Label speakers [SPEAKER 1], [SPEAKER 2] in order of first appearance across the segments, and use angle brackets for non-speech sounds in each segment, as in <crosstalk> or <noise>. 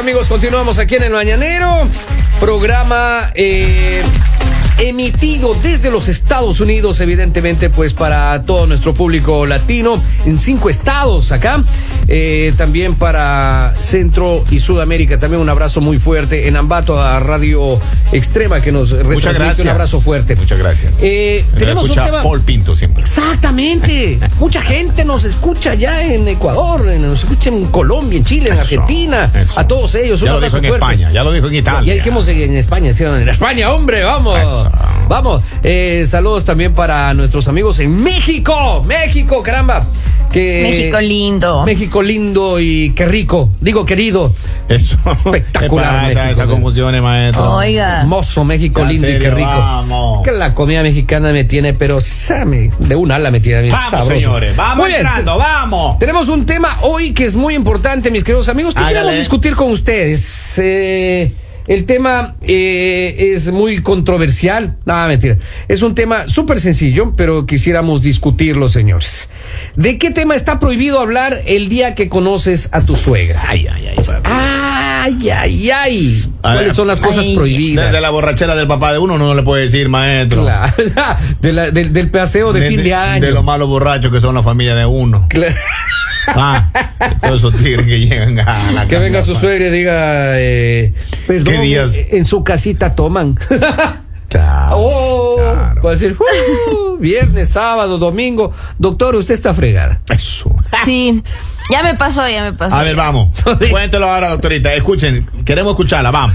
[SPEAKER 1] amigos, continuamos aquí en el Mañanero. Programa eh, emitido desde los Estados Unidos, evidentemente, pues para todo nuestro público latino, en cinco estados acá. Eh, también para Centro y Sudamérica, también un abrazo muy fuerte en Ambato a Radio Extrema que nos
[SPEAKER 2] Muchas
[SPEAKER 1] retransmite.
[SPEAKER 2] gracias.
[SPEAKER 1] Pues Un abrazo fuerte.
[SPEAKER 2] Muchas gracias.
[SPEAKER 1] Eh,
[SPEAKER 2] Nos
[SPEAKER 1] tenemos un
[SPEAKER 2] escucha
[SPEAKER 1] tema.
[SPEAKER 2] Paul Pinto siempre.
[SPEAKER 1] Exactamente. Mucha gente nos escucha ya en Ecuador, en- nos escucha en Colombia, en Chile, en
[SPEAKER 2] Eso,
[SPEAKER 1] Argentina.
[SPEAKER 2] eso.
[SPEAKER 1] A todos ellos.
[SPEAKER 2] Ya
[SPEAKER 1] un
[SPEAKER 2] lo
[SPEAKER 1] abrazo
[SPEAKER 2] dijo en
[SPEAKER 1] fuerte.
[SPEAKER 2] España, ya lo dijo en Italia.
[SPEAKER 1] Ya dijimos en España, sí, en España, hombre, vamos.
[SPEAKER 2] Eso.
[SPEAKER 1] Vamos. Eh, saludos también para nuestros amigos en México. México, caramba.
[SPEAKER 2] Eh,
[SPEAKER 1] Que,
[SPEAKER 3] México lindo.
[SPEAKER 1] México lindo y qué rico. Digo, querido.
[SPEAKER 2] Eso.
[SPEAKER 1] <laughs> Espectacular,
[SPEAKER 2] ¿Qué pasa?
[SPEAKER 1] México,
[SPEAKER 2] Esa
[SPEAKER 1] ¿no?
[SPEAKER 2] confusión, eh, maestro.
[SPEAKER 3] Oiga.
[SPEAKER 1] Hermoso México
[SPEAKER 2] Ya,
[SPEAKER 1] lindo y
[SPEAKER 2] serio,
[SPEAKER 1] qué rico.
[SPEAKER 2] vamos.
[SPEAKER 1] Que la comida mexicana me tiene, pero same, de un ala me tiene bien
[SPEAKER 2] Vamos,
[SPEAKER 1] sabroso.
[SPEAKER 2] señores. Vamos
[SPEAKER 1] Muy bien.
[SPEAKER 2] entrando, vamos.
[SPEAKER 1] Tenemos un tema hoy que es muy importante, mis queridos amigos, que
[SPEAKER 2] Hágale.
[SPEAKER 1] queremos discutir con ustedes. Eh, el tema eh, es muy controversial. Nada, mentira. Es un tema súper sencillo, pero quisiéramos discutirlo, señores. ¿De qué tema está prohibido hablar el día que conoces a tu suegra?
[SPEAKER 2] Ay, ay, ay. papi.
[SPEAKER 1] Ay, ay, ay.
[SPEAKER 2] A ver.
[SPEAKER 1] ¿Cuáles son las cosas
[SPEAKER 3] Ay.
[SPEAKER 1] prohibidas?
[SPEAKER 2] Desde la borrachera del papá de uno uno no le puede decir, maestro.
[SPEAKER 1] Claro. <laughs> De la- del, del paseo de,
[SPEAKER 2] De-
[SPEAKER 1] fin de,
[SPEAKER 2] de-
[SPEAKER 1] año.
[SPEAKER 2] De los malos borrachos que son la familia de uno.
[SPEAKER 1] Claro.
[SPEAKER 2] Ah, todos esos tigres que llegan a la
[SPEAKER 1] Que
[SPEAKER 2] casa,
[SPEAKER 1] venga su
[SPEAKER 2] papá.
[SPEAKER 1] suegra y diga, eh, perdón,
[SPEAKER 2] ¿Qué días?
[SPEAKER 1] eh, en su casita <laughs> toman.
[SPEAKER 2] Claro.
[SPEAKER 1] oh,
[SPEAKER 2] claro.
[SPEAKER 1] va a decir, "Uh, viernes, sábado, domingo, doctor, usted está fregada.
[SPEAKER 2] Eso.
[SPEAKER 3] Sí. Ya me pasó, ya me pasó.
[SPEAKER 2] A ver,
[SPEAKER 1] <laughs>
[SPEAKER 2] vamos. Cuéntelo ahora, doctorita. Escuchen, queremos escucharla, vamos.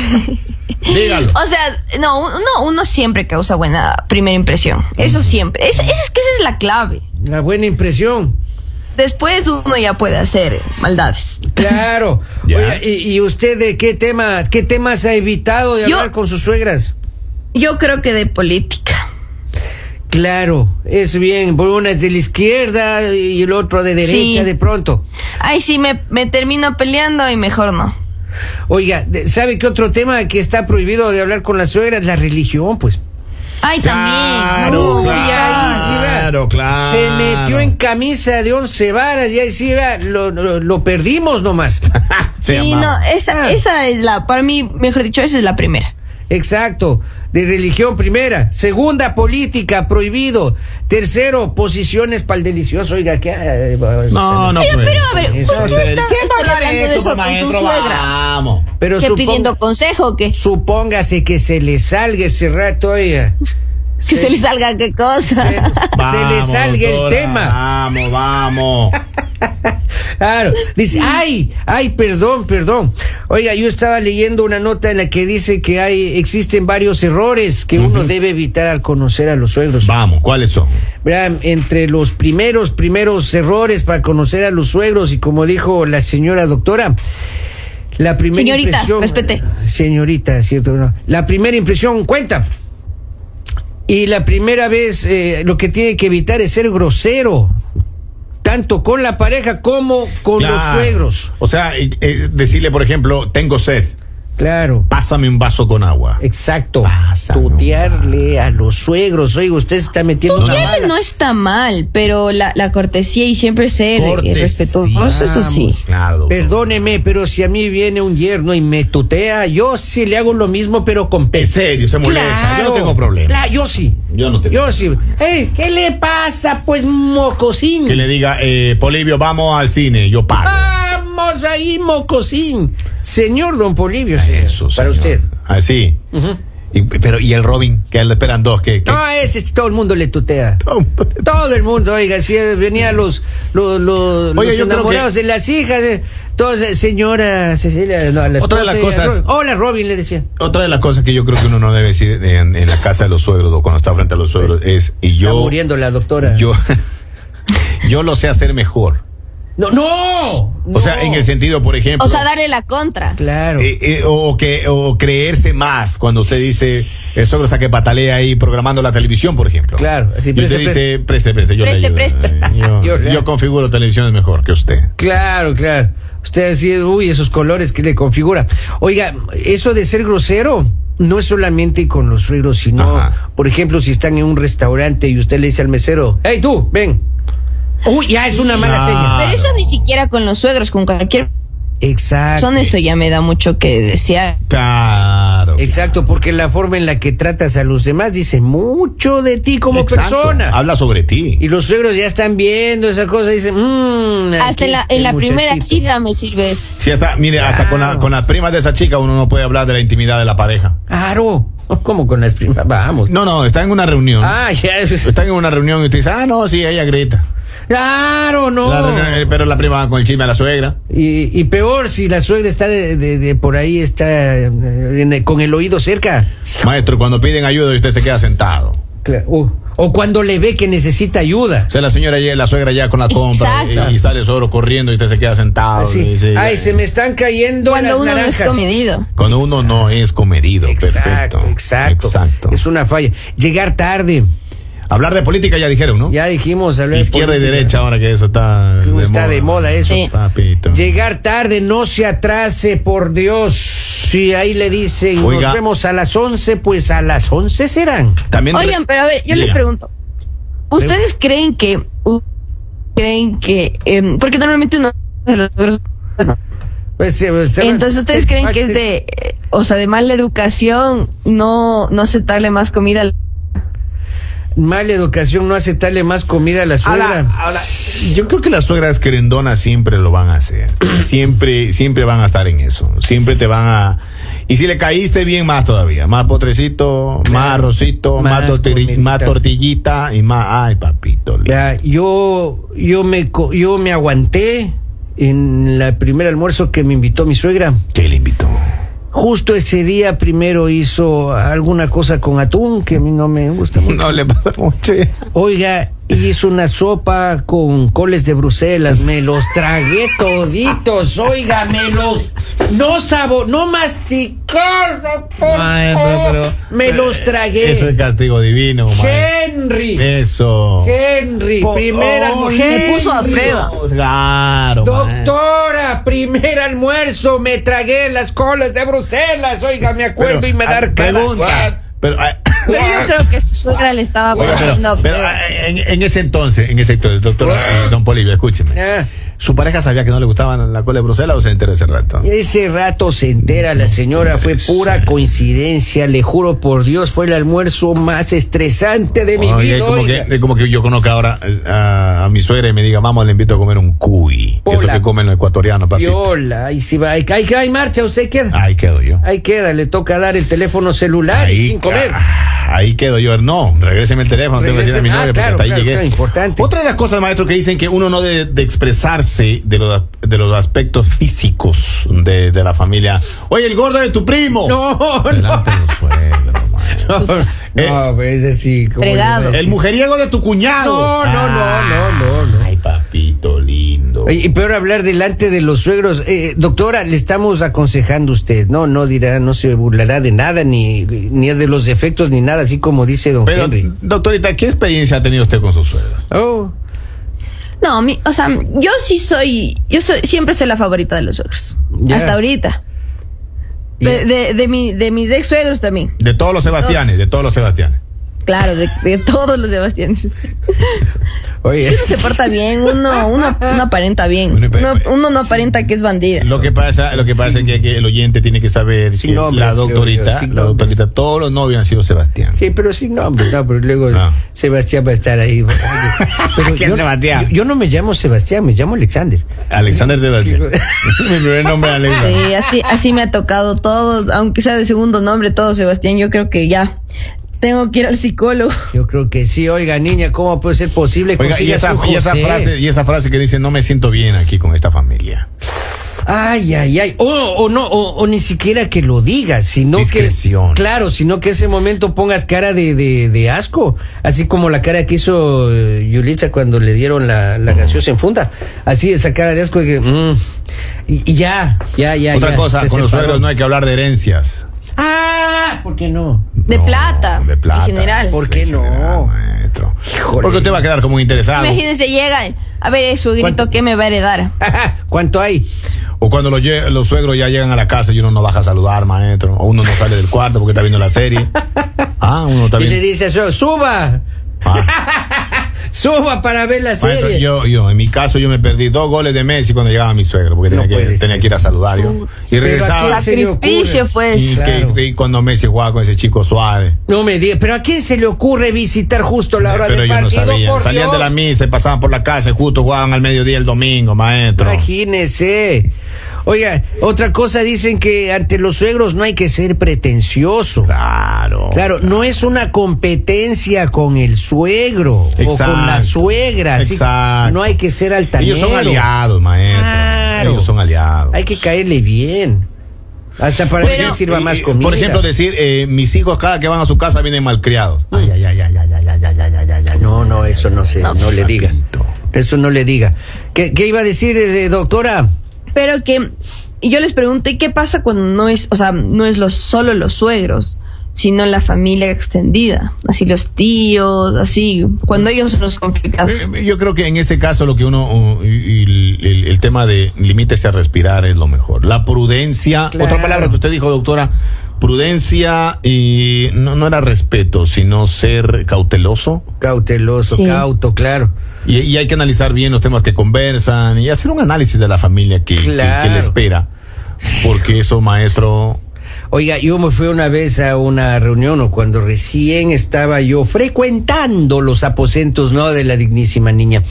[SPEAKER 3] <laughs>
[SPEAKER 2] Dígalo. <laughs>
[SPEAKER 3] O sea, no, uno, uno siempre causa buena primera impresión. Eso siempre. Es, es que esa es la clave.
[SPEAKER 1] La buena impresión.
[SPEAKER 3] Después uno ya puede hacer maldades.
[SPEAKER 1] Claro.
[SPEAKER 2] <laughs> Ya.
[SPEAKER 1] Oiga, ¿y, y usted de qué temas, qué temas ha evitado de
[SPEAKER 3] Yo-
[SPEAKER 1] hablar con sus suegras?
[SPEAKER 3] Yo creo que de política.
[SPEAKER 1] Claro, es bien, por una es de la izquierda y el otro de derecha
[SPEAKER 3] Sí.
[SPEAKER 1] de pronto.
[SPEAKER 3] Ay, sí, me, me termino peleando y mejor no.
[SPEAKER 1] Oiga, de- ¿sabe qué otro tema que está prohibido de hablar con la suegra es la religión? Pues.
[SPEAKER 3] Ay, también.
[SPEAKER 2] Claro,
[SPEAKER 1] Uy, ahí sí va.
[SPEAKER 2] claro, claro.
[SPEAKER 1] Se metió en camisa de once varas y ahí sí va, lo, lo- lo perdimos nomás.
[SPEAKER 2] Se Ah.
[SPEAKER 3] sí,
[SPEAKER 2] llamaba.
[SPEAKER 3] no, esa,
[SPEAKER 2] Eh.
[SPEAKER 3] esa es la, para mí, mejor dicho, esa es la primera.
[SPEAKER 1] Exacto. De religión primera. Segunda, política, prohibido. Tercero, posiciones para el delicioso. Oiga, ¿qué? eh,
[SPEAKER 2] No, no,
[SPEAKER 3] Oiga,
[SPEAKER 2] pues.
[SPEAKER 3] pero a ver,
[SPEAKER 1] Eso
[SPEAKER 3] ¿por
[SPEAKER 1] es
[SPEAKER 3] qué
[SPEAKER 2] ¿Quién va
[SPEAKER 3] estás
[SPEAKER 2] a hablar
[SPEAKER 3] hablando de
[SPEAKER 2] esto,
[SPEAKER 3] eso con tu
[SPEAKER 2] maestro?
[SPEAKER 3] suegra?
[SPEAKER 2] Vamos.
[SPEAKER 1] Pero
[SPEAKER 3] ¿Qué
[SPEAKER 1] supongo-
[SPEAKER 3] pidiendo consejo o qué?
[SPEAKER 1] supóngase que se le salga ese rato,
[SPEAKER 2] <laughs>
[SPEAKER 1] oiga.
[SPEAKER 3] Que se le salga qué cosa.
[SPEAKER 1] se, se le
[SPEAKER 2] Vamos,
[SPEAKER 1] salga el
[SPEAKER 2] doctora,
[SPEAKER 1] tema.
[SPEAKER 2] Vamos, vamos.
[SPEAKER 1] Claro, dice, ay, ay, perdón, perdón. Oiga, yo estaba leyendo una nota en la que dice que hay, existen varios errores que uno debe evitar al conocer a los suegros.
[SPEAKER 2] Vamos, ¿cuáles son?
[SPEAKER 1] Verán, Entre los primeros, primeros errores para conocer a los suegros, y como dijo la señora doctora, la primera
[SPEAKER 3] Señorita,
[SPEAKER 1] impresión.
[SPEAKER 3] respete.
[SPEAKER 1] Señorita, cierto, no. La primera impresión cuenta. Y la primera vez eh, lo que tiene que evitar es ser grosero, tanto con la pareja como con los
[SPEAKER 2] Claro.
[SPEAKER 1] suegros.
[SPEAKER 2] O sea, eh, eh, decirle, por ejemplo, tengo sed,
[SPEAKER 1] Claro.
[SPEAKER 2] pásame un vaso con agua.
[SPEAKER 1] Exacto.
[SPEAKER 2] Pásame un
[SPEAKER 1] Tutearle a los suegros. Oiga, usted se está metiendo
[SPEAKER 3] Tu
[SPEAKER 1] una
[SPEAKER 3] tema
[SPEAKER 1] mala.
[SPEAKER 3] no está mal, pero la, la cortesía y siempre ser eh,
[SPEAKER 2] Cortesía.
[SPEAKER 3] respetuoso, eso sí.
[SPEAKER 2] Claro. doctor.
[SPEAKER 1] Perdóneme, pero si a mí viene un yerno y me tutea, yo sí le hago lo mismo, pero con
[SPEAKER 2] En
[SPEAKER 1] peso.
[SPEAKER 2] serio, se molesta. Yo no tengo problema.
[SPEAKER 1] yo sí.
[SPEAKER 2] Yo no tengo
[SPEAKER 1] Yo sí. Ey, ¿Qué le pasa, pues, mocosín?
[SPEAKER 2] Que le diga, eh, Polivio, vamos al cine, yo pago.
[SPEAKER 1] Vamos ahí, mocosín. Señor Don Polivio. señor,
[SPEAKER 2] Eso,
[SPEAKER 1] Para
[SPEAKER 2] señor.
[SPEAKER 1] usted.
[SPEAKER 2] Así. Y- pero, y el Robin, que le esperan dos, que. que-
[SPEAKER 1] No, ese sí, todo el mundo le tutea. Todo el mundo, oiga, si venía los, los, los,
[SPEAKER 2] Mm. Oye,
[SPEAKER 1] los
[SPEAKER 2] yo creo
[SPEAKER 1] enamorados
[SPEAKER 2] que-
[SPEAKER 1] de las hijas, eh, todos, eh, señora Cecilia, no, a la
[SPEAKER 2] Otra de las
[SPEAKER 1] esposa, eh,
[SPEAKER 2] cosas-
[SPEAKER 1] Robin. Hola, Robin, le decía.
[SPEAKER 2] <laughs> Otra de las cosas que yo creo que uno no debe decir en, en la casa de los suegros o cuando está frente a los suegros es. Y
[SPEAKER 1] Pues, Está
[SPEAKER 2] yo.
[SPEAKER 1] muriendo la doctora.
[SPEAKER 2] Yo, <laughs> yo lo sé hacer mejor.
[SPEAKER 1] No, no.
[SPEAKER 2] O sea, en el sentido, por ejemplo.
[SPEAKER 3] O sea, darle la contra.
[SPEAKER 1] Claro.
[SPEAKER 2] eh, eh, o, que, o creerse más cuando usted dice el suegro está que patalea ahí programando la televisión, por ejemplo.
[SPEAKER 1] Claro, así,
[SPEAKER 2] Y
[SPEAKER 1] preste,
[SPEAKER 2] usted dice, preste, preste, yo le
[SPEAKER 3] Preste,
[SPEAKER 2] ayudo. Eh,
[SPEAKER 3] preste.
[SPEAKER 2] Yo-
[SPEAKER 1] <laughs> Yo le-
[SPEAKER 2] yo configuro televisiones mejor que usted.
[SPEAKER 1] Claro, claro. Usted decía, uy, esos colores que le configura. Oiga, eso de ser grosero no es solamente con los suegros, sino,
[SPEAKER 2] Ajá.
[SPEAKER 1] por ejemplo, si están en un restaurante y usted le dice al mesero, hey, tú, ven. Uy, ya es una mala
[SPEAKER 2] No.
[SPEAKER 1] señal.
[SPEAKER 2] Ah.
[SPEAKER 3] Pero eso ni siquiera con los suegros, con cualquier
[SPEAKER 1] Exacto.
[SPEAKER 3] Son eso ya me da mucho que desear.
[SPEAKER 2] Ah, Claro.
[SPEAKER 1] Exacto, porque la forma en la que tratas a los demás dice mucho de ti como
[SPEAKER 2] Exacto.
[SPEAKER 1] persona.
[SPEAKER 2] Habla sobre ti.
[SPEAKER 1] Y los suegros ya están viendo esa cosa y dicen, "Mm, aquí
[SPEAKER 3] Hasta en la,
[SPEAKER 1] este
[SPEAKER 3] en la primera
[SPEAKER 1] muchachito".
[SPEAKER 3] cita me sirves.
[SPEAKER 2] Sí, hasta, mire, hasta con, la-
[SPEAKER 1] Claro.
[SPEAKER 2] con las primas de esa chica uno no puede hablar de la intimidad de la pareja.
[SPEAKER 1] Claro, <laughs> como con las
[SPEAKER 2] <laughs>
[SPEAKER 1] primas, vamos.
[SPEAKER 2] No, no, está en una reunión.
[SPEAKER 1] Ah, ya es.
[SPEAKER 2] Están en una reunión y usted dice, ah, no, sí, ella grita.
[SPEAKER 1] Claro, no.
[SPEAKER 2] La reunión, eh, pero la prima va con el chisme a la suegra.
[SPEAKER 1] Y, y peor si la suegra está de, de- de por ahí, está eh, en el- con el oído cerca.
[SPEAKER 2] Maestro, cuando piden ayuda y usted se queda sentado.
[SPEAKER 1] Claro, o- o cuando le ve que necesita ayuda.
[SPEAKER 2] O sea, la señora llega, la suegra ya con la compra
[SPEAKER 3] Exacto.
[SPEAKER 2] y, y sale solo corriendo y usted se queda sentado.
[SPEAKER 1] Así.
[SPEAKER 2] y dice,
[SPEAKER 1] Ah, Ay, se me están cayendo
[SPEAKER 3] Cuando
[SPEAKER 1] las
[SPEAKER 3] uno no es
[SPEAKER 1] naranjas.
[SPEAKER 3] comedido.
[SPEAKER 2] Cuando uno no es comedido,
[SPEAKER 1] Exacto,
[SPEAKER 2] perfecto.
[SPEAKER 1] exacto,
[SPEAKER 2] Exacto.
[SPEAKER 1] Es una falla. Llegar tarde.
[SPEAKER 2] Hablar de política ya dijeron, ¿no?
[SPEAKER 1] Ya dijimos hablar de
[SPEAKER 2] Izquierda y
[SPEAKER 1] política.
[SPEAKER 2] derecha, ahora que eso está.
[SPEAKER 1] Que está de moda eso.
[SPEAKER 3] Sí.
[SPEAKER 2] Papito.
[SPEAKER 1] Llegar tarde, no se atrase, por Dios. Si ahí le dicen,
[SPEAKER 2] Oiga.
[SPEAKER 1] nos vemos a las 11, pues a las 11 serán.
[SPEAKER 2] También.
[SPEAKER 3] Oigan, pero a ver, yo les
[SPEAKER 2] Diga.
[SPEAKER 3] pregunto. ¿Ustedes creen que... u- creen que... em, porque normalmente uno...
[SPEAKER 1] Pues, eh,
[SPEAKER 2] Este
[SPEAKER 1] pues, se-
[SPEAKER 3] Entonces, ¿ustedes
[SPEAKER 1] eh,
[SPEAKER 3] creen que
[SPEAKER 1] ah,
[SPEAKER 3] es de... eh, o sea, de mala educación no, no aceptarle más comida al-
[SPEAKER 1] Mala educación, no aceptarle más comida a la suegra.
[SPEAKER 2] Ahora, ahora, yo creo que las suegras querendonas siempre lo van a hacer. Siempre, siempre van a estar en eso. Siempre te van a. Y si le caíste bien, más todavía. Más potrecito, más arrocito, más,
[SPEAKER 1] Más
[SPEAKER 2] torti-
[SPEAKER 1] comidita.
[SPEAKER 2] más tortillita y más. Ay, papito. lindo.
[SPEAKER 1] Vea, yo, yo, me, co- yo me aguanté en el primer almuerzo que me invitó mi suegra.
[SPEAKER 2] ¿Qué le invitó?
[SPEAKER 1] Justo ese día primero hizo alguna cosa con atún, que a mí no me gusta mucho.
[SPEAKER 2] No le pasa mucho.
[SPEAKER 1] Oiga, hizo una sopa con coles de Bruselas, me los tragué toditos, oiga, me los no sabo, no masticó, por favor. me los tragué.
[SPEAKER 2] Eso es eh. castigo divino, maestro.
[SPEAKER 1] Henry,
[SPEAKER 2] Eso.
[SPEAKER 1] Henry,
[SPEAKER 2] Po-
[SPEAKER 1] primer
[SPEAKER 2] Oh,
[SPEAKER 1] almuerzo.
[SPEAKER 3] Se puso a prueba.
[SPEAKER 2] Claro. maestro.
[SPEAKER 1] Doctora, primer almuerzo, me tragué las coles de Bruselas, oiga, me acuerdo y me
[SPEAKER 2] ah,
[SPEAKER 1] dar cada cual.
[SPEAKER 2] pregunta. Pero, ah,
[SPEAKER 3] Pero yo creo que su suegra le estaba
[SPEAKER 2] Oiga, pero,
[SPEAKER 3] poniendo...
[SPEAKER 2] pero, ah, en, en ese entonces, en ese entonces, doctor eh, Don Polivio, escúcheme.
[SPEAKER 1] Ah.
[SPEAKER 2] ¿Su pareja sabía que no le gustaban la cola de Bruselas o se enteró ese rato?
[SPEAKER 1] Ese rato se entera la señora, fue pura coincidencia, le juro por Dios, fue el almuerzo más estresante de mi
[SPEAKER 2] Oye,
[SPEAKER 1] vida.
[SPEAKER 2] como, que,
[SPEAKER 1] oiga.
[SPEAKER 2] es como que yo conozca ahora eh, a, a mi suegra y me diga, vamos, le invito a comer un cuy. que es lo
[SPEAKER 1] Hola.
[SPEAKER 2] que comen los ecuatorianos, papito.
[SPEAKER 1] Viola, y si va, ahí ahí- ahí marcha, usted queda.
[SPEAKER 2] Ahí quedo yo.
[SPEAKER 1] Ahí queda, le toca dar el teléfono celular y sin comer.
[SPEAKER 2] ah, ahí quedo yo. No, regréseme el teléfono, tengo que decir a mi
[SPEAKER 1] Regréseme-
[SPEAKER 2] novia
[SPEAKER 1] ah,
[SPEAKER 2] porque
[SPEAKER 1] claro,
[SPEAKER 2] hasta ahí
[SPEAKER 1] claro,
[SPEAKER 2] llegué.
[SPEAKER 1] claro, importante.
[SPEAKER 2] Otra de las cosas, maestro, que dicen que uno no debe de expresarse de los, de los aspectos físicos de, de la familia. Oye, el gordo de tu primo.
[SPEAKER 1] No, no.
[SPEAKER 2] Delante de los
[SPEAKER 1] <laughs>
[SPEAKER 2] suegros, maestro.
[SPEAKER 1] No, no, pues, es así. como
[SPEAKER 3] Fregado.
[SPEAKER 1] yo-
[SPEAKER 2] El mujeriego de tu cuñado.
[SPEAKER 1] No, no, no, no, no, no.
[SPEAKER 2] Ay, papito lindo.
[SPEAKER 1] Oye, Y peor hablar delante de los suegros. Eh, doctora, le estamos aconsejando a usted. No, no dirá, no se burlará de nada, ni, ni de los defectos, ni nada, así como dice don
[SPEAKER 2] Pero,
[SPEAKER 1] Henry.
[SPEAKER 2] doctorita, ¿qué experiencia ha tenido usted con su suegra?
[SPEAKER 1] Oh,
[SPEAKER 3] No, mi- o sea, yo sí soy, yo soy, siempre soy la favorita de los suegros.
[SPEAKER 1] Ya.
[SPEAKER 3] Hasta ahorita.
[SPEAKER 1] y-
[SPEAKER 3] De, de, de mi, de mis ex suegros también.
[SPEAKER 2] De todos los Sebastianes, de todos los Sebastianes.
[SPEAKER 3] Claro, de, de todos los Sebastianes.
[SPEAKER 1] oye,
[SPEAKER 3] Uno se porta bien, uno, uno, uno aparenta bien.
[SPEAKER 2] Bueno, pero-
[SPEAKER 3] Uno, uno no aparenta que es bandido.
[SPEAKER 2] Lo que pasa, lo que pasa es que, que el oyente tiene que saber
[SPEAKER 1] Sin
[SPEAKER 2] que
[SPEAKER 1] nombres,
[SPEAKER 2] la
[SPEAKER 1] creo yo,
[SPEAKER 2] doctorita,
[SPEAKER 1] sin
[SPEAKER 2] la
[SPEAKER 1] nombres.
[SPEAKER 2] doctorita, todos los novios han sido Sebastián.
[SPEAKER 1] sí, pero sin nombres, no, pero luego
[SPEAKER 2] Ah.
[SPEAKER 1] Sebastián va a estar
[SPEAKER 2] <laughs>
[SPEAKER 1] ahí. Oye, pero
[SPEAKER 2] ¿Quién
[SPEAKER 1] yo-
[SPEAKER 2] Sebastián?
[SPEAKER 1] Yo, yo no me llamo Sebastián, me llamo Alexander.
[SPEAKER 2] Alexander
[SPEAKER 1] <laughs>
[SPEAKER 2] Sebastián. Mi primer nombre es Alexander.
[SPEAKER 3] Sí, así, así me ha tocado todos, aunque sea de segundo nombre, todo Sebastián, yo creo que ya tengo que ir al psicólogo.
[SPEAKER 1] Yo creo que sí, oiga, niña, ¿cómo puede ser posible que
[SPEAKER 2] Oiga, y
[SPEAKER 1] consigas
[SPEAKER 2] esa,
[SPEAKER 1] un
[SPEAKER 2] y esa
[SPEAKER 1] José?
[SPEAKER 2] frase, y esa frase que dice, no me siento bien aquí con esta familia.
[SPEAKER 1] Ay, ay, ay. O, o no, o, o ni siquiera que lo digas, sino
[SPEAKER 2] Discreción.
[SPEAKER 1] que. Claro, sino que ese momento pongas cara de, de, de asco. Así como la cara que hizo eh, Yulitza cuando le dieron la, la gaseosa en funda. Así, esa cara de asco de que. mm, y, y ya, ya, ya.
[SPEAKER 2] Otra
[SPEAKER 1] ya,
[SPEAKER 2] cosa,
[SPEAKER 1] se
[SPEAKER 2] con los
[SPEAKER 1] separó.
[SPEAKER 2] suegros no hay que hablar de herencias.
[SPEAKER 1] ¡Ah! ¿Por qué no?
[SPEAKER 3] De
[SPEAKER 2] No,
[SPEAKER 3] plata,
[SPEAKER 2] De plata.
[SPEAKER 3] en general.
[SPEAKER 1] ¿Por qué
[SPEAKER 2] En
[SPEAKER 1] no?
[SPEAKER 2] general, maestro.
[SPEAKER 1] Híjole.
[SPEAKER 2] Porque usted va a quedar como un interesado.
[SPEAKER 3] Imagínense, llegan, a ver, el suegrito,
[SPEAKER 1] ¿Cuánto?
[SPEAKER 3] ¿qué me va a heredar?
[SPEAKER 1] <laughs> ¿Cuánto hay?
[SPEAKER 2] O cuando los, lle- los suegros ya llegan a la casa y uno no baja a saludar, maestro. O uno no sale del cuarto porque está
[SPEAKER 1] <laughs>
[SPEAKER 2] viendo la serie. Ah, uno está
[SPEAKER 1] Y le
[SPEAKER 2] viendo.
[SPEAKER 1] dice a su- ¡suba!
[SPEAKER 2] Ah.
[SPEAKER 1] Suba para ver la
[SPEAKER 2] Maestro,
[SPEAKER 1] serie.
[SPEAKER 2] yo, yo, en mi caso, yo me perdí dos goles de Messi cuando llegaba mi suegro, porque
[SPEAKER 1] No
[SPEAKER 2] tenía, que,
[SPEAKER 1] puede
[SPEAKER 2] tenía
[SPEAKER 1] ser.
[SPEAKER 2] que ir a saludar yo. Y
[SPEAKER 1] Pero
[SPEAKER 2] regresaba.
[SPEAKER 1] ¿a quién se le ocurre?
[SPEAKER 3] Sacrificio, pues.
[SPEAKER 2] Y,
[SPEAKER 1] Claro.
[SPEAKER 2] que, y cuando Messi jugaba con ese chico Suárez.
[SPEAKER 1] No me digas, pero ¿a quién se le ocurre visitar justo la hora
[SPEAKER 2] Pero
[SPEAKER 1] del
[SPEAKER 2] ellos no
[SPEAKER 1] partido?
[SPEAKER 2] sabían.
[SPEAKER 1] Por
[SPEAKER 2] Salían de
[SPEAKER 1] Dios.
[SPEAKER 2] la misa y pasaban por la casa y justo jugaban al mediodía el domingo, maestro.
[SPEAKER 1] Imagínese. Oiga, otra cosa dicen que ante los suegros no hay que ser pretencioso.
[SPEAKER 2] Claro.
[SPEAKER 1] Claro, no es una competencia con el suegro o con la
[SPEAKER 2] Exacto.
[SPEAKER 1] suegra. así
[SPEAKER 2] Exacto.
[SPEAKER 1] No hay que ser altanero.
[SPEAKER 2] Ellos son aliados, maestro.
[SPEAKER 1] Claro.
[SPEAKER 2] Ellos son aliados.
[SPEAKER 1] Hay que caerle bien. Hasta para
[SPEAKER 3] Pero-
[SPEAKER 1] que sirva
[SPEAKER 2] Y-
[SPEAKER 1] más
[SPEAKER 2] y,
[SPEAKER 1] comida.
[SPEAKER 2] Por ejemplo, decir, eh, mis hijos cada que van a su casa vienen malcriados. Ay, ay, ay, ay, ay, ay, ay, ay, ay, ay, ay,
[SPEAKER 1] No,
[SPEAKER 2] ay,
[SPEAKER 1] no,
[SPEAKER 2] ay,
[SPEAKER 1] eso
[SPEAKER 2] ay,
[SPEAKER 1] no
[SPEAKER 2] ay,
[SPEAKER 1] se,
[SPEAKER 2] ay,
[SPEAKER 1] no le diga.
[SPEAKER 2] papito.
[SPEAKER 1] Eso no le diga. ¿Qué, qué iba a decir, eh, doctora?
[SPEAKER 3] pero que y yo les pregunté qué pasa cuando no es, o sea, no es los solo los suegros, sino la familia extendida, así los tíos, así cuando ellos son los complicados.
[SPEAKER 2] Eh,
[SPEAKER 1] Pues,
[SPEAKER 2] Yo creo que en ese caso lo que uno uh, y- y el, el- el tema de límites a respirar es lo mejor. La prudencia,
[SPEAKER 1] Claro.
[SPEAKER 2] otra palabra que usted dijo, doctora, prudencia y no, no era respeto, sino ser cauteloso.
[SPEAKER 1] Cauteloso,
[SPEAKER 3] Sí.
[SPEAKER 1] cauto, claro.
[SPEAKER 2] Y, y hay que analizar bien los temas que conversan y hacer un análisis de la familia que, que-
[SPEAKER 1] Claro.
[SPEAKER 2] que le espera. Porque eso, maestro,
[SPEAKER 1] Oiga, yo me fui una vez a una reunión o cuando recién estaba yo frecuentando los aposentos, ¿no? De la dignísima niña.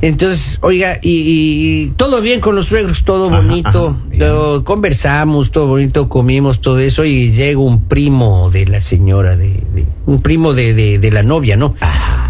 [SPEAKER 1] Entonces, oiga, y, y- y todo bien con los suegros, todo
[SPEAKER 2] Ajá,
[SPEAKER 1] bonito,
[SPEAKER 2] ajá, bien.
[SPEAKER 1] todo- conversamos, todo bonito, comimos, todo eso, y llega un primo de la señora, de, de- un primo de, de- de la novia, ¿no?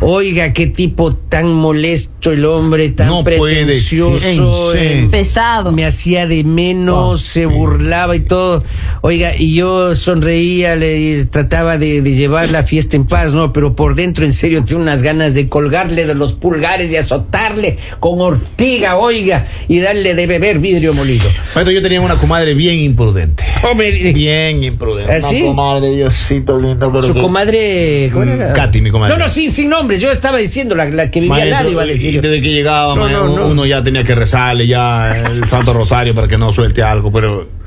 [SPEAKER 1] Oiga, qué tipo tan molesto el hombre, tan
[SPEAKER 2] No puede ser,
[SPEAKER 1] pretencioso.
[SPEAKER 2] en
[SPEAKER 1] eh,
[SPEAKER 2] serio.
[SPEAKER 3] Pesado.
[SPEAKER 1] me hacía de menos,
[SPEAKER 2] Oh,
[SPEAKER 1] se
[SPEAKER 2] sí.
[SPEAKER 1] burlaba y todo. Oiga, y yo sonreía, le trataba de, de llevar la fiesta en paz, ¿no? Pero por dentro, en serio, tenía unas ganas de colgarle de los pulgares y azotarle con ortiga, oiga, y darle de beber vidrio molido.
[SPEAKER 2] Maestro, yo tenía una comadre bien imprudente.
[SPEAKER 1] Hombre,
[SPEAKER 2] Bien imprudente.
[SPEAKER 1] ¿Ah, sí?
[SPEAKER 2] Una comadre, Diosito lindo. pero
[SPEAKER 1] su
[SPEAKER 2] que-
[SPEAKER 1] comadre. ¿cómo era?
[SPEAKER 2] Mm, Katy, mi comadre.
[SPEAKER 1] No, no, sin, sin nombre. Yo estaba diciendo la, la que vivía al lado,
[SPEAKER 2] Maestro,
[SPEAKER 1] iba a
[SPEAKER 2] y
[SPEAKER 1] decir.
[SPEAKER 2] desde que llegaba,
[SPEAKER 1] No,
[SPEAKER 2] maestro,
[SPEAKER 1] no, no.
[SPEAKER 2] uno ya tenía que rezarle ya el Santo Rosario para que no suelte algo, pero...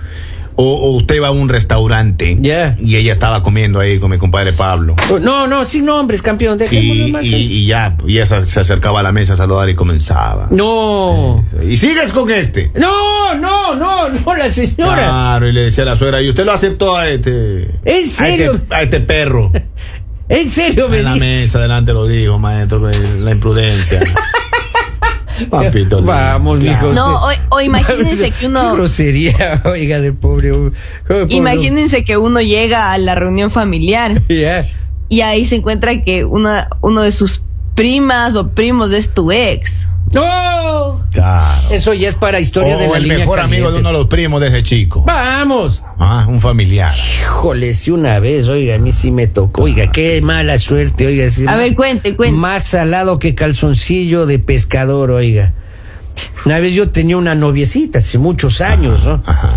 [SPEAKER 2] O, o usted va a un restaurante
[SPEAKER 1] Ya.
[SPEAKER 2] y ella estaba comiendo ahí con mi compadre Pablo.
[SPEAKER 1] Oh, No, no, sin nombres, campeón. Dejémoslo
[SPEAKER 2] Y,
[SPEAKER 1] más.
[SPEAKER 2] y- y ya, y esa se acercaba a la mesa a saludar y comenzaba.
[SPEAKER 1] No.
[SPEAKER 2] Y sigues con este.
[SPEAKER 1] No, no, no, no, la señora.
[SPEAKER 2] Claro, y le decía a la suegra, y usted lo aceptó a este.
[SPEAKER 1] ¿En
[SPEAKER 2] A
[SPEAKER 1] serio?
[SPEAKER 2] este, a
[SPEAKER 1] <laughs>
[SPEAKER 2] este perro.
[SPEAKER 1] En serio, me
[SPEAKER 2] en la
[SPEAKER 1] dice?
[SPEAKER 2] mesa, delante lo digo, maestro, de
[SPEAKER 1] <laughs>
[SPEAKER 2] la imprudencia. Papito. lindo.
[SPEAKER 1] Vamos, mijo.
[SPEAKER 3] No, o- o imagínense que uno-
[SPEAKER 1] <laughs> Qué grosería, oiga, del pobre. hom- pobre hombre.
[SPEAKER 3] Imagínense que uno llega a la reunión familiar
[SPEAKER 1] Ya.
[SPEAKER 3] y ahí se encuentra que una uno de sus primas o primos es tu ex.
[SPEAKER 1] ¡No!
[SPEAKER 2] Claro.
[SPEAKER 1] Eso ya es para historia
[SPEAKER 2] o
[SPEAKER 1] de la
[SPEAKER 2] el
[SPEAKER 1] línea
[SPEAKER 2] mejor amigo de
[SPEAKER 1] caliente.
[SPEAKER 2] uno de los primos desde chico.
[SPEAKER 1] ¡Vamos!
[SPEAKER 2] Ah, un familiar.
[SPEAKER 1] Híjole, si una vez, oiga, a mí sí me tocó. Oiga, qué mala suerte, oiga. sí,
[SPEAKER 3] A ver, cuente, cuente.
[SPEAKER 1] Más salado que calzoncillo de pescador, oiga. Una vez yo tenía una noviecita hace muchos años, ¿no?
[SPEAKER 2] Ajá.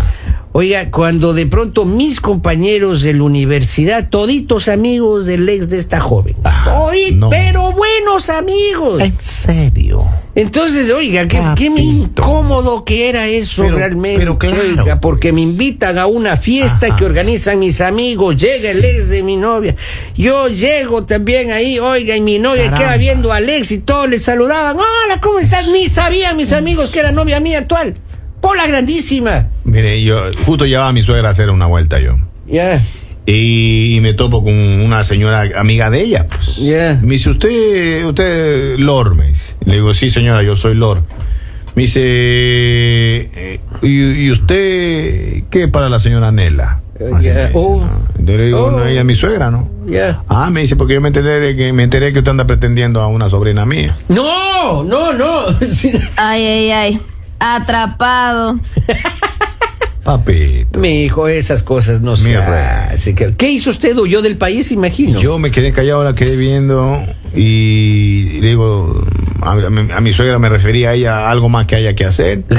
[SPEAKER 1] Oiga, cuando de pronto mis compañeros de la universidad, toditos amigos del ex de esta joven.
[SPEAKER 2] Ah,
[SPEAKER 1] Todi-
[SPEAKER 2] no.
[SPEAKER 1] pero buenos amigos.
[SPEAKER 2] serio.
[SPEAKER 1] Entonces, oiga, qué, qué me
[SPEAKER 2] Papito.
[SPEAKER 1] incómodo que era eso
[SPEAKER 2] Pero-
[SPEAKER 1] realmente.
[SPEAKER 2] pero claro,
[SPEAKER 1] oiga, porque me
[SPEAKER 2] pues.
[SPEAKER 1] invitan a una fiesta
[SPEAKER 2] Ajá.
[SPEAKER 1] que organizan mis amigos, llega el ex de mi novia. Yo llego también ahí, oiga, y mi novia queda
[SPEAKER 2] Caramba.
[SPEAKER 1] viendo al ex y todos le saludaban. Hola, ¿cómo estás? Ni sabían mis amigos que era novia mía actual. Pola grandísima.
[SPEAKER 2] Mire, yo justo llevaba a mi suegra a hacer una vuelta yo.
[SPEAKER 1] Ya.
[SPEAKER 2] Y, me topo con una señora amiga de ella, pues.
[SPEAKER 1] Ya.
[SPEAKER 2] Me dice, usted, usted, Lord, me dice. Le digo, sí, señora, yo soy Lord. Me dice, eh, ¿y, y usted qué para la señora Nela? Así
[SPEAKER 1] Ya,
[SPEAKER 2] me dice,
[SPEAKER 1] oh.
[SPEAKER 2] ¿no? Yo le digo,
[SPEAKER 1] Oh.
[SPEAKER 2] no, ella es mi suegra, ¿no?
[SPEAKER 1] Ya.
[SPEAKER 2] Ah, me dice, porque yo me enteré que, me enteré que usted anda pretendiendo a una sobrina mía.
[SPEAKER 1] No, no, no. <laughs> Sí.
[SPEAKER 3] Ay, ay, ay. Atrapado.
[SPEAKER 2] Papito.
[SPEAKER 1] Mi hijo, esas cosas no se
[SPEAKER 2] Mierda.
[SPEAKER 1] hacen. ¿Qué- ¿Qué hizo usted? ¿Huyó del país, imagino?
[SPEAKER 2] Yo me quedé callado, la quedé viendo y le digo, a, a mi, a mi suegra me refería a ella algo más que haya que hacer.
[SPEAKER 1] <laughs>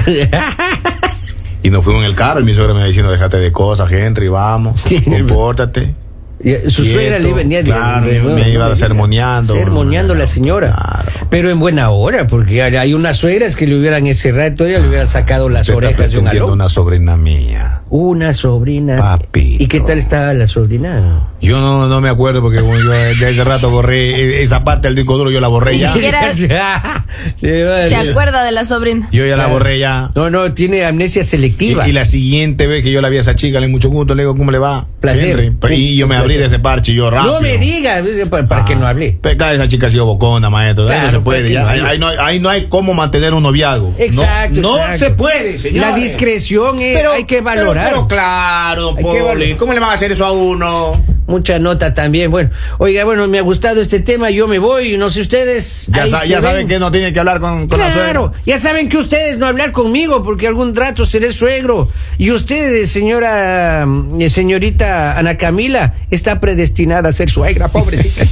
[SPEAKER 2] y nos fuimos en el carro y mi suegra me iba diciendo, déjate de cosas, Henry, vamos,
[SPEAKER 1] <laughs> Sí.
[SPEAKER 2] compórtate.
[SPEAKER 1] Ya, Su
[SPEAKER 2] Quieto,
[SPEAKER 1] suegra le venía de-
[SPEAKER 2] claro,
[SPEAKER 1] de-
[SPEAKER 2] me
[SPEAKER 1] no,
[SPEAKER 2] iba
[SPEAKER 1] no diga.
[SPEAKER 2] sermoneando.
[SPEAKER 1] Sermoneando la señora.
[SPEAKER 2] Claro.
[SPEAKER 1] Pero en buena hora, porque hay hay unas suegras que le hubieran ese rato, ya le hubieran sacado las
[SPEAKER 2] Usted está
[SPEAKER 1] orejas de un
[SPEAKER 2] pretendiendo
[SPEAKER 1] aló.
[SPEAKER 2] una sobrina mía.
[SPEAKER 1] una sobrina.
[SPEAKER 2] Papito.
[SPEAKER 1] ¿Y qué tal está la sobrina?
[SPEAKER 2] Yo no, no me acuerdo porque como yo <laughs> desde hace rato borré eh, esa parte del disco duro, yo la borré
[SPEAKER 3] Ni
[SPEAKER 1] <laughs>
[SPEAKER 2] ya.
[SPEAKER 3] siquiera- Se acuerda de la sobrina.
[SPEAKER 2] Yo ya la borré ya.
[SPEAKER 1] No, no, tiene amnesia
[SPEAKER 2] Y,
[SPEAKER 1] selectiva.
[SPEAKER 2] y la siguiente vez que yo la vi a esa chica, le di mucho gusto, le digo, ¿cómo le va?
[SPEAKER 1] Placer.
[SPEAKER 2] Henry. Pero- Y yo me abrí de ese parche, yo rápido.
[SPEAKER 1] no me digas, para, para
[SPEAKER 2] Ah.
[SPEAKER 1] que no hable.
[SPEAKER 2] Pero claro, esa chica ha sido bocona, maestro. ahí
[SPEAKER 1] Claro,
[SPEAKER 2] no se puede.
[SPEAKER 1] porque
[SPEAKER 2] ya.
[SPEAKER 1] no
[SPEAKER 2] Ahí,
[SPEAKER 1] hay-
[SPEAKER 2] ahí no hay, ahí no hay cómo mantener un noviazgo. No-
[SPEAKER 1] Exacto.
[SPEAKER 2] No,
[SPEAKER 1] exacto.
[SPEAKER 2] se puede, señor.
[SPEAKER 1] La discreción es, hay que valorar.
[SPEAKER 2] Pero, claro, don
[SPEAKER 1] Hay que
[SPEAKER 2] Poli.
[SPEAKER 1] valorar.
[SPEAKER 2] ¿Cómo le van a hacer eso a uno?
[SPEAKER 1] Mucha nota también. Bueno, oiga, bueno, me ha gustado este tema. Yo me voy. No sé ustedes.
[SPEAKER 2] Ya,
[SPEAKER 1] ahí
[SPEAKER 2] sa-
[SPEAKER 1] se
[SPEAKER 2] ya
[SPEAKER 1] ven.
[SPEAKER 2] saben que no tiene que hablar con, con la
[SPEAKER 1] Claro,
[SPEAKER 2] suegra.
[SPEAKER 1] ya saben que ustedes no hablar conmigo porque algún rato seré suegro. Y usted,
[SPEAKER 2] <laughs>
[SPEAKER 1] señora, eh, señorita Ana Camila, está predestinada a ser suegra, pobrecita.